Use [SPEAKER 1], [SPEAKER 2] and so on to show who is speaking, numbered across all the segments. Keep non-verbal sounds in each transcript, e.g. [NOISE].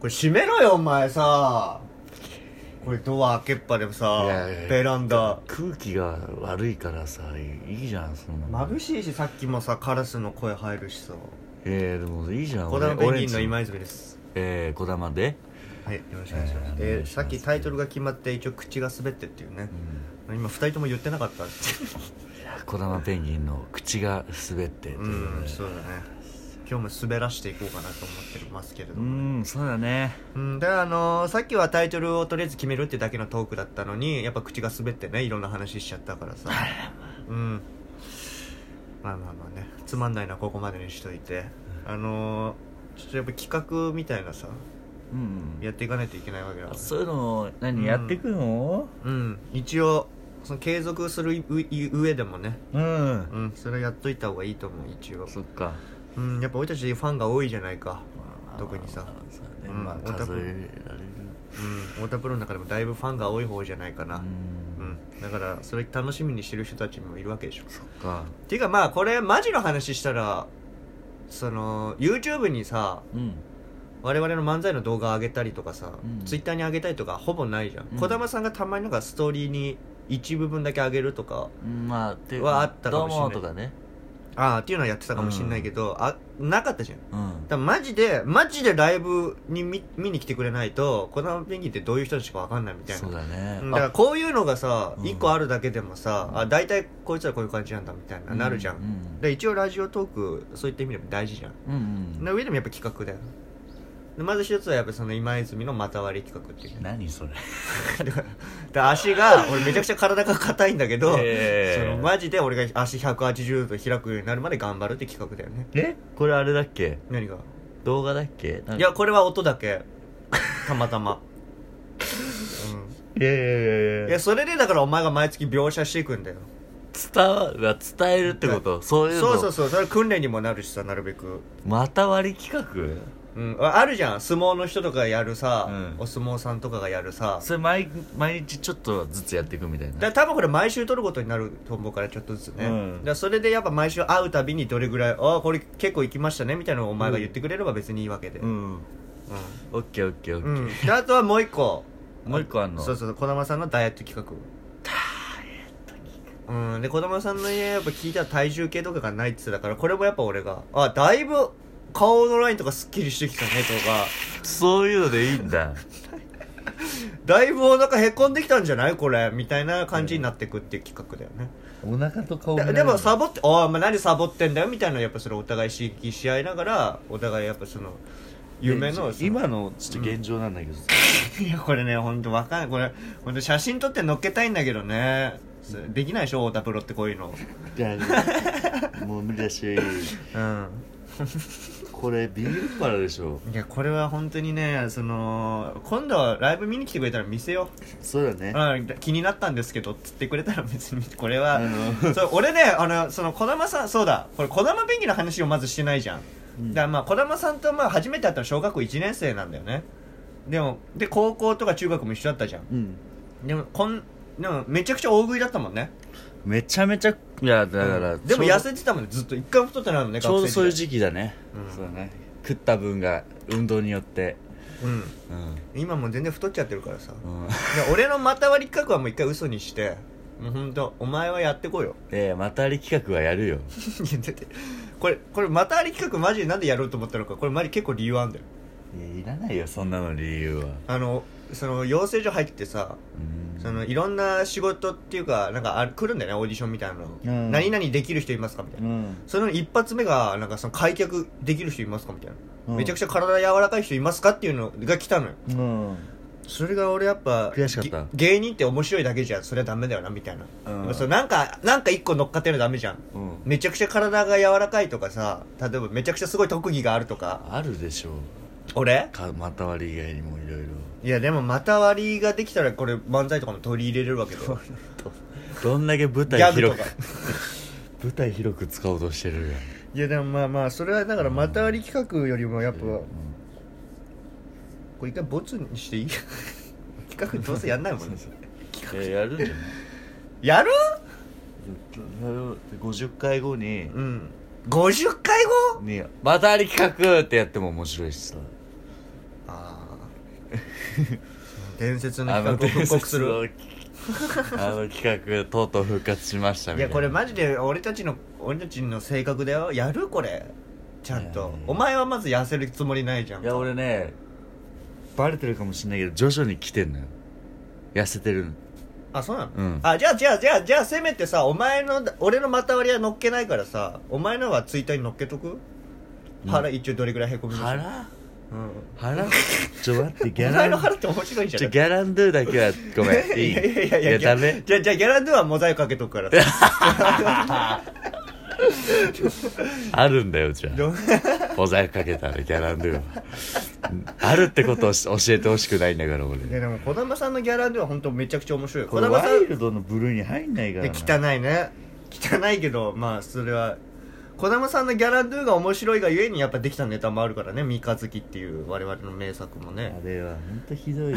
[SPEAKER 1] これ閉めろよお前さこれドア開けっぱでもさ
[SPEAKER 2] いやいやいや
[SPEAKER 1] ベランダ
[SPEAKER 2] 空気が悪いからさいいじゃんその
[SPEAKER 1] 眩しいしさっきもさカラスの声入るしさ
[SPEAKER 2] えー、でもいいじゃん
[SPEAKER 1] 小玉ペンギンの
[SPEAKER 2] 今
[SPEAKER 1] 今泉です
[SPEAKER 2] えー、小玉で、
[SPEAKER 1] はいよろしくお願いします
[SPEAKER 2] えーお願
[SPEAKER 1] で
[SPEAKER 2] いします
[SPEAKER 1] さっきタイトルが決まって一応口が滑ってっていうね今二人とも言ってなかったって
[SPEAKER 2] 小玉ペンギンの口が滑ってといううね
[SPEAKER 1] んそうだね今日も滑らしていこうかなと思ってますけれど
[SPEAKER 2] う
[SPEAKER 1] も
[SPEAKER 2] んそうだね
[SPEAKER 1] うんであのーさっきはタイトルをとりあえず決めるってだけのトークだったのにやっぱ口が滑ってねいろんな話しちゃったからさうんまあまあまあねつまんないのはここまでにしといてあのーちょっとやっぱ企画みたいなさ
[SPEAKER 2] うん
[SPEAKER 1] やっていかないといけないわけだ
[SPEAKER 2] あ
[SPEAKER 1] から
[SPEAKER 2] そういうの何、
[SPEAKER 1] うん
[SPEAKER 2] やってくの
[SPEAKER 1] うん一応その継続するうい上でもね
[SPEAKER 2] うん
[SPEAKER 1] うんそれやっといた方がいいと思う一応
[SPEAKER 2] そっか
[SPEAKER 1] うんやっぱ俺たちファンが多いじゃないか
[SPEAKER 2] まあ
[SPEAKER 1] 特にさ
[SPEAKER 2] そうだね
[SPEAKER 1] うん
[SPEAKER 2] まあ
[SPEAKER 1] オタク
[SPEAKER 2] 数えられる
[SPEAKER 1] うん太田プロの中でもだいぶファンが多い方じゃないかなう
[SPEAKER 2] うん
[SPEAKER 1] んだからそれ楽しみにしてる人たちもいるわけでしょ
[SPEAKER 2] そっか
[SPEAKER 1] ていうかまあこれマジの話したらその YouTube にさ
[SPEAKER 2] うん
[SPEAKER 1] 我々の漫才の動画上げたりとかさ、
[SPEAKER 2] うん
[SPEAKER 1] Twitter に上げたりとかほぼないじゃん、
[SPEAKER 2] うん
[SPEAKER 1] 児玉さんがたまになんかストーリーに一部分だけ上げるとか
[SPEAKER 2] うんまあて
[SPEAKER 1] はあったかもしれない
[SPEAKER 2] どうもとかね
[SPEAKER 1] ああっていうのはやってたかもしれないけど、あなかったじゃん
[SPEAKER 2] うん
[SPEAKER 1] だからマジでマジでライブに見見に来てくれないと児玉ペンギンってどういう人たちか分かんないみたいな
[SPEAKER 2] そうだね
[SPEAKER 1] うんだからこういうのがさ
[SPEAKER 2] うん
[SPEAKER 1] 一個あるだけでもさ、あ大体こいつらこういう感じなんだみたいな、
[SPEAKER 2] あ
[SPEAKER 1] なるじゃん、
[SPEAKER 2] うん
[SPEAKER 1] で一応ラジオトークそういった意味でも大事じゃん、
[SPEAKER 2] うんうん
[SPEAKER 1] な上でもやっぱ企画だよでまず一つはやっぱその今泉のまた割り企画って [LAUGHS] いうね
[SPEAKER 2] 何それ
[SPEAKER 1] で足が俺めちゃくちゃ体が硬いんだけど、
[SPEAKER 2] えー
[SPEAKER 1] そのマジで俺が足180度開くようになるまで頑張るって企画だよね
[SPEAKER 2] えこれあれだっけ
[SPEAKER 1] 何が
[SPEAKER 2] 動画だっけなんか
[SPEAKER 1] いやこれは音だけたまた [LAUGHS] ま、
[SPEAKER 2] いやいやいや
[SPEAKER 1] うん、い
[SPEAKER 2] いや
[SPEAKER 1] やそれでだからお前が毎月描写していくんだよ
[SPEAKER 2] 伝わる伝えるってことそういう
[SPEAKER 1] そ
[SPEAKER 2] の
[SPEAKER 1] うそうそうそれは訓練にもなるしさなるべく
[SPEAKER 2] また割り企
[SPEAKER 1] うん、ああるじゃん相撲の人とかやるさ、
[SPEAKER 2] うん
[SPEAKER 1] お相撲さんとかがやるさ
[SPEAKER 2] 画それ毎毎日ちょっとずつやっていくみたい
[SPEAKER 1] だか
[SPEAKER 2] な
[SPEAKER 1] ら多分これ毎週撮ることになると思うからちょっとずつね、
[SPEAKER 2] うん
[SPEAKER 1] だからそれでやっぱ毎週会うたびにどれぐらいああこれ結構行きましたねみたいなのをお前が言ってくれれば別にいいわけで
[SPEAKER 2] う
[SPEAKER 1] うん
[SPEAKER 2] んオッケーオッケーオッケ
[SPEAKER 1] う
[SPEAKER 2] ー、
[SPEAKER 1] ん、であとはもう一個
[SPEAKER 2] もう一個あんの
[SPEAKER 1] そうそう児玉さんのダイエット企画うん、で児玉さんの家やっぱ聞いたら体重計とかがないって言ってたからこれもやっぱ俺があだいぶ顔のラインとかすっきりしてきたねとか
[SPEAKER 2] そういうのでいいんだ
[SPEAKER 1] だいぶお腹へこんできたんじゃないこれみたいな感じになってくっていう企画だよね、
[SPEAKER 2] [LAUGHS] お腹と顔
[SPEAKER 1] だでもサボって「おいお前何サボってんだよ」みたいなのやっぱそれお互い刺激し合いながらお互いやっぱその夢のその
[SPEAKER 2] 今のちょっと現状なんだけどさ、
[SPEAKER 1] [LAUGHS] いやこれね本当わかんないこれ本当写真撮って載っけたいんだけどねそれできないでしょ太田プロってこういうの
[SPEAKER 2] いやもう無理だし
[SPEAKER 1] うん
[SPEAKER 2] これビールからでしょ
[SPEAKER 1] いやこれは本当にねその今度はライブ見に来てくれたら見せよう
[SPEAKER 2] そうだね
[SPEAKER 1] うん気になったんですけどっつってくれたら [LAUGHS] 別にこれは
[SPEAKER 2] あの
[SPEAKER 1] そう俺ねあのその児玉さんそうだこれ児玉ペンギンの話をまずしてないじゃん、
[SPEAKER 2] うん
[SPEAKER 1] だからまあ児玉さんとまあ初めて会ったの小学校1年生なんだよねでもで高校とか中学も一緒だったじゃん
[SPEAKER 2] うん
[SPEAKER 1] でもこんでもめちゃくちゃ大食いだったもんね
[SPEAKER 2] めちゃめちゃいやだか
[SPEAKER 1] で
[SPEAKER 2] ら、
[SPEAKER 1] も
[SPEAKER 2] ちょうど
[SPEAKER 1] 痩せてたもんねずっと一回も太ってないもんね
[SPEAKER 2] ちょうどそういう
[SPEAKER 1] 時
[SPEAKER 2] 時期だね、
[SPEAKER 1] うん
[SPEAKER 2] そうだね食った分が運動によって
[SPEAKER 1] うん
[SPEAKER 2] うん、
[SPEAKER 1] 今もう全然太っちゃってるからさ
[SPEAKER 2] うん、 [LAUGHS]
[SPEAKER 1] で俺の股割り企画はもう一回嘘にしてもう本当お前はやってこいよ [LAUGHS]
[SPEAKER 2] でまたあり企画はやるよ
[SPEAKER 1] いやだってこれこれ股割り企画マジでなんでやろうと思ったのかこれマジ結構理由あんだよ
[SPEAKER 2] いやいらないよそんなの理由は
[SPEAKER 1] あのその養成所入ってさ
[SPEAKER 2] うん
[SPEAKER 1] そのいろんな仕事っていうかなんかあ来るんだよねオーディションみたいなの、
[SPEAKER 2] うん
[SPEAKER 1] 何々できる人いますかみたいうな、
[SPEAKER 2] ん
[SPEAKER 1] その一発目がなんかその開脚できる人いますかみたいな、
[SPEAKER 2] うん
[SPEAKER 1] めちゃくちゃ体柔らかい人いますかっていうのが来たのよ
[SPEAKER 2] うん
[SPEAKER 1] それが俺やっぱ
[SPEAKER 2] 悔しかった
[SPEAKER 1] げ芸人って面白いだけじゃそれはダメだよなみたいな、
[SPEAKER 2] うん
[SPEAKER 1] そうなんかなんか一個乗っかってるのダメじゃん
[SPEAKER 2] うん
[SPEAKER 1] めちゃくちゃ体が柔らかいとかさ例えばめちゃくちゃすごい特技があるとか
[SPEAKER 2] あるでしょ
[SPEAKER 1] 俺
[SPEAKER 2] かまた割り以外にもいろいろ
[SPEAKER 1] いやでも股割りができたらこれ漫才とかも取り入れれるわけだよ
[SPEAKER 2] [LAUGHS] どんだけ舞
[SPEAKER 1] ギ
[SPEAKER 2] 台
[SPEAKER 1] ャグと
[SPEAKER 2] 広
[SPEAKER 1] か
[SPEAKER 2] く [LAUGHS] 舞台広く使おうとしてるやん
[SPEAKER 1] いやでもまあまあそれはだから股割り企画よりもやっぱ、これ一回ボツにしていい [LAUGHS] 企画どうせやんないもんね
[SPEAKER 2] いややるんじゃない
[SPEAKER 1] やる
[SPEAKER 2] 50回後に
[SPEAKER 1] うん50回後
[SPEAKER 2] に「またあり企画!」ってやっても面白いしさ
[SPEAKER 1] あ
[SPEAKER 2] [LAUGHS]
[SPEAKER 1] あ伝説の
[SPEAKER 2] あの
[SPEAKER 1] 企画を
[SPEAKER 2] 伝
[SPEAKER 1] 復刻す
[SPEAKER 2] 説の [LAUGHS]
[SPEAKER 1] る
[SPEAKER 2] あの企画とうとう復活しましたみ
[SPEAKER 1] い
[SPEAKER 2] たい
[SPEAKER 1] や
[SPEAKER 2] な
[SPEAKER 1] これマジで俺たちの俺たちの性格だよやるこれちゃん
[SPEAKER 2] いや
[SPEAKER 1] と
[SPEAKER 2] いやいや
[SPEAKER 1] お前はまず痩せるつもりないじゃん
[SPEAKER 2] いや俺ねバレてるかもしれないけど徐々に来てんのよ痩せてるの
[SPEAKER 1] あそうなの、
[SPEAKER 2] うん
[SPEAKER 1] あじゃあじゃあじゃあじゃあせめてさお前の俺の股割りは乗っけないからさお前のはツイッターに乗っけとく
[SPEAKER 2] うん
[SPEAKER 1] 腹一応どれぐらいへこみました
[SPEAKER 2] 腹
[SPEAKER 1] うん
[SPEAKER 2] 腹ちょ待ってギ
[SPEAKER 1] お
[SPEAKER 2] ャ
[SPEAKER 1] 前の
[SPEAKER 2] ラ
[SPEAKER 1] 腹
[SPEAKER 2] ン
[SPEAKER 1] って面白いじゃ
[SPEAKER 2] ちょ
[SPEAKER 1] ん
[SPEAKER 2] ギャランドゥだけはごめん [LAUGHS] いい
[SPEAKER 1] [LAUGHS] いやいやいや
[SPEAKER 2] いやダメ
[SPEAKER 1] じゃあじゃあギャランドゥはモザイクかけとくから
[SPEAKER 2] [LAUGHS]
[SPEAKER 1] さ
[SPEAKER 2] あるんだよじゃ
[SPEAKER 1] どう [LAUGHS]
[SPEAKER 2] あモザイクかけたらギャランドゥはあるってことをし教えてほしくないんだから俺
[SPEAKER 1] いやでも児玉さんのギャランドゥは本当めちゃくちゃ面白いよ
[SPEAKER 2] こ
[SPEAKER 1] 児
[SPEAKER 2] れ
[SPEAKER 1] 玉
[SPEAKER 2] ワ
[SPEAKER 1] さん
[SPEAKER 2] イルドのブルーに入んないから
[SPEAKER 1] で
[SPEAKER 2] な
[SPEAKER 1] 汚いね汚いけどまあそれは児玉さんのギャランドゥが面白いがゆえにやっぱできたネタもあるからね三日月っていう我々の名作もね
[SPEAKER 2] あれは本当ひどい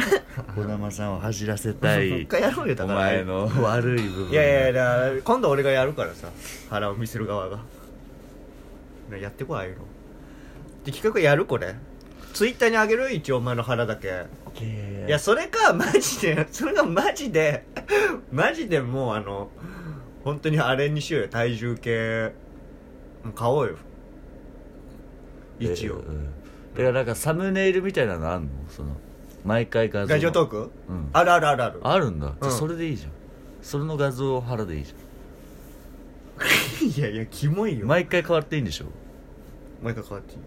[SPEAKER 2] 児玉さんを恥じらせた
[SPEAKER 1] もう
[SPEAKER 2] い
[SPEAKER 1] 一回やろうよだ
[SPEAKER 2] お
[SPEAKER 1] から
[SPEAKER 2] 前の悪い部分
[SPEAKER 1] いやいやいやだから今度俺がやるからさ腹を見せる側がねやってこいああいうので企画やるこれツイッターにあげる一応お前の腹だけいやそれかマジでそれがマジでマジでもうあの本当にあれにしようよ体重計もう買おうよ一応
[SPEAKER 2] えうんだからなんかサムネイルみたいなのあんのその毎回画像
[SPEAKER 1] ラジオトー
[SPEAKER 2] ク
[SPEAKER 1] ク
[SPEAKER 2] うん
[SPEAKER 1] あるあるあるある
[SPEAKER 2] あるんだじゃあ
[SPEAKER 1] うん
[SPEAKER 2] それでいいじゃんそれの画像を腹でいいじ
[SPEAKER 1] い
[SPEAKER 2] ゃ
[SPEAKER 1] やいやキモい
[SPEAKER 2] ん
[SPEAKER 1] よもう
[SPEAKER 2] 毎回変わっていいんでしょ
[SPEAKER 1] 一回変わってい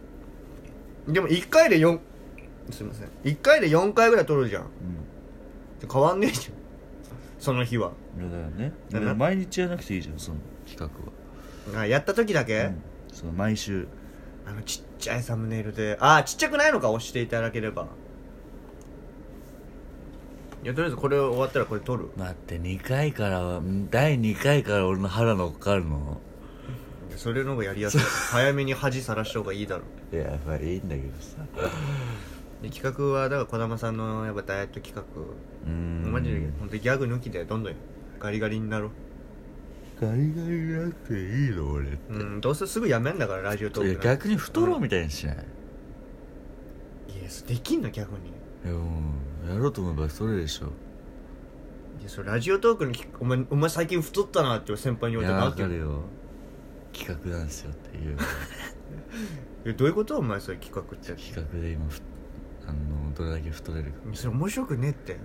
[SPEAKER 1] いでも1回で4すいません1回で4回ぐらい撮るじゃん
[SPEAKER 2] う
[SPEAKER 1] 変わんねえじゃんその日は
[SPEAKER 2] んだよね
[SPEAKER 1] だから
[SPEAKER 2] 毎日やらなくていいじゃんその企
[SPEAKER 1] あやった時だけ、
[SPEAKER 2] 画は、うんその毎週
[SPEAKER 1] あのちっちゃいサムネイルであーちっちゃくないのか押していただければいやとりあえずこれ終わったらこれ撮る
[SPEAKER 2] 待って2回からはうん第2回から俺の腹乗っかるの
[SPEAKER 1] それの方がやりやす
[SPEAKER 2] [LAUGHS]
[SPEAKER 1] い早めに恥さらした方がいいだろう
[SPEAKER 2] いややっぱりいいんだけどさ
[SPEAKER 1] で企画はだから児玉さんのやっぱダイエット企
[SPEAKER 2] うー
[SPEAKER 1] 画
[SPEAKER 2] ん
[SPEAKER 1] マジで本当にギャグ抜きでどんどんガリガリになろ
[SPEAKER 2] ガリガリになっていいの俺
[SPEAKER 1] ううんどうせすぐやめんだからラジオト
[SPEAKER 2] い
[SPEAKER 1] ー
[SPEAKER 2] や
[SPEAKER 1] クなんて
[SPEAKER 2] 逆に太ろうみたいにしない、
[SPEAKER 1] いやできんの逆に
[SPEAKER 2] いやもうやろうと思えばそれでしょ
[SPEAKER 1] いやそれラジオトークの企画お前お前最近太ったなって先輩に
[SPEAKER 2] い
[SPEAKER 1] 言われ
[SPEAKER 2] や
[SPEAKER 1] てな
[SPEAKER 2] わ
[SPEAKER 1] って
[SPEAKER 2] か
[SPEAKER 1] る
[SPEAKER 2] るよ企画なんですよっていう
[SPEAKER 1] いやどういうことお前それ企画って
[SPEAKER 2] 企画で今ふあのどれだけ太れるか
[SPEAKER 1] それ面白くねえって、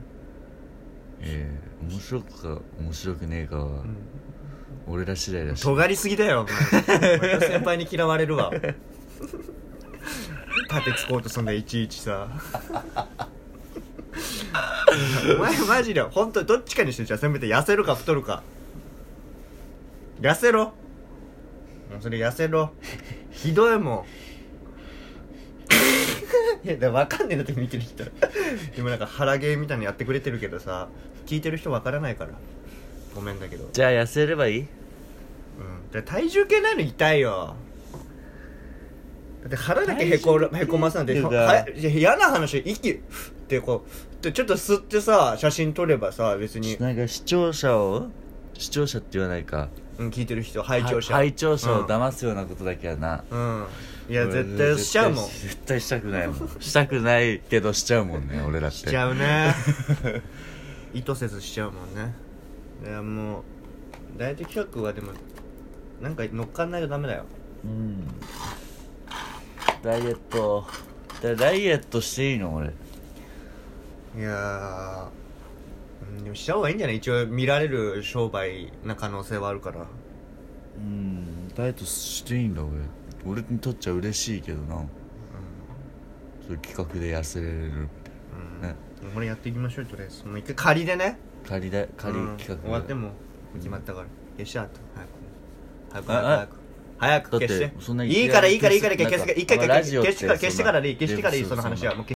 [SPEAKER 2] ええ面白くか面白くねえかは、
[SPEAKER 1] うん
[SPEAKER 2] 俺ら次第だし
[SPEAKER 1] 尖りすぎだよお前また先輩に嫌われるわ盾つこうとそんでいちいちさお前マジで本当にどっちかにしてじゃあせめて痩せるか太るか痩せろもうそれ痩せろひどいもんいやだから分かんねえなって見てる人今なんか腹芸みたいなのやってくれてるけどさ聞いてる人分からないからごめんだけど
[SPEAKER 2] じゃあ痩せればいい
[SPEAKER 1] うんで体重計ないの痛いよだって腹だけへこる
[SPEAKER 2] 体重計
[SPEAKER 1] へこますなんて
[SPEAKER 2] っていうか
[SPEAKER 1] はいいや嫌な話息ふってこうでちょっと吸ってさ写真撮ればさ別に、
[SPEAKER 2] なんか視聴者を視聴者って言わないか
[SPEAKER 1] うん、聞いてる人拝聴者
[SPEAKER 2] は拝聴者
[SPEAKER 1] う
[SPEAKER 2] を
[SPEAKER 1] ん
[SPEAKER 2] 騙すようなことだけはな、
[SPEAKER 1] うんいや
[SPEAKER 2] 俺
[SPEAKER 1] 絶対しちゃうもん
[SPEAKER 2] 絶対絶対したくないもんしたくないけどしちゃうもんね俺らって
[SPEAKER 1] しちゃう
[SPEAKER 2] [LAUGHS]
[SPEAKER 1] ね意図せずしちゃうもんねいやもうダイエット企画はでもなんか乗っかんないとダメだよ
[SPEAKER 2] うんダイエットだダイエットしていいの俺
[SPEAKER 1] いやーうんでもした方がいいんじゃない一応見られる商売な可能性はあるから
[SPEAKER 2] うんダイエットしていいんだ俺俺にとっちゃ嬉しいけどな、そういう企画で痩せれる
[SPEAKER 1] うん
[SPEAKER 2] ね
[SPEAKER 1] これやっていきましょうよとりあえずもう一回仮でね
[SPEAKER 2] 仮で仮
[SPEAKER 1] うん
[SPEAKER 2] 企画で、
[SPEAKER 1] 終わっても決まったから消しちゃった早く
[SPEAKER 2] あ
[SPEAKER 1] 早く早く
[SPEAKER 2] だっ
[SPEAKER 1] 早く消
[SPEAKER 2] て
[SPEAKER 1] して
[SPEAKER 2] そんない
[SPEAKER 1] いからいいからいい
[SPEAKER 2] 消
[SPEAKER 1] か
[SPEAKER 2] す
[SPEAKER 1] ら消して
[SPEAKER 2] なんか
[SPEAKER 1] 一回消
[SPEAKER 2] ラジオっ
[SPEAKER 1] しててから消してからでいい消してからいい
[SPEAKER 2] そ
[SPEAKER 1] そ
[SPEAKER 2] んな
[SPEAKER 1] の話はもう消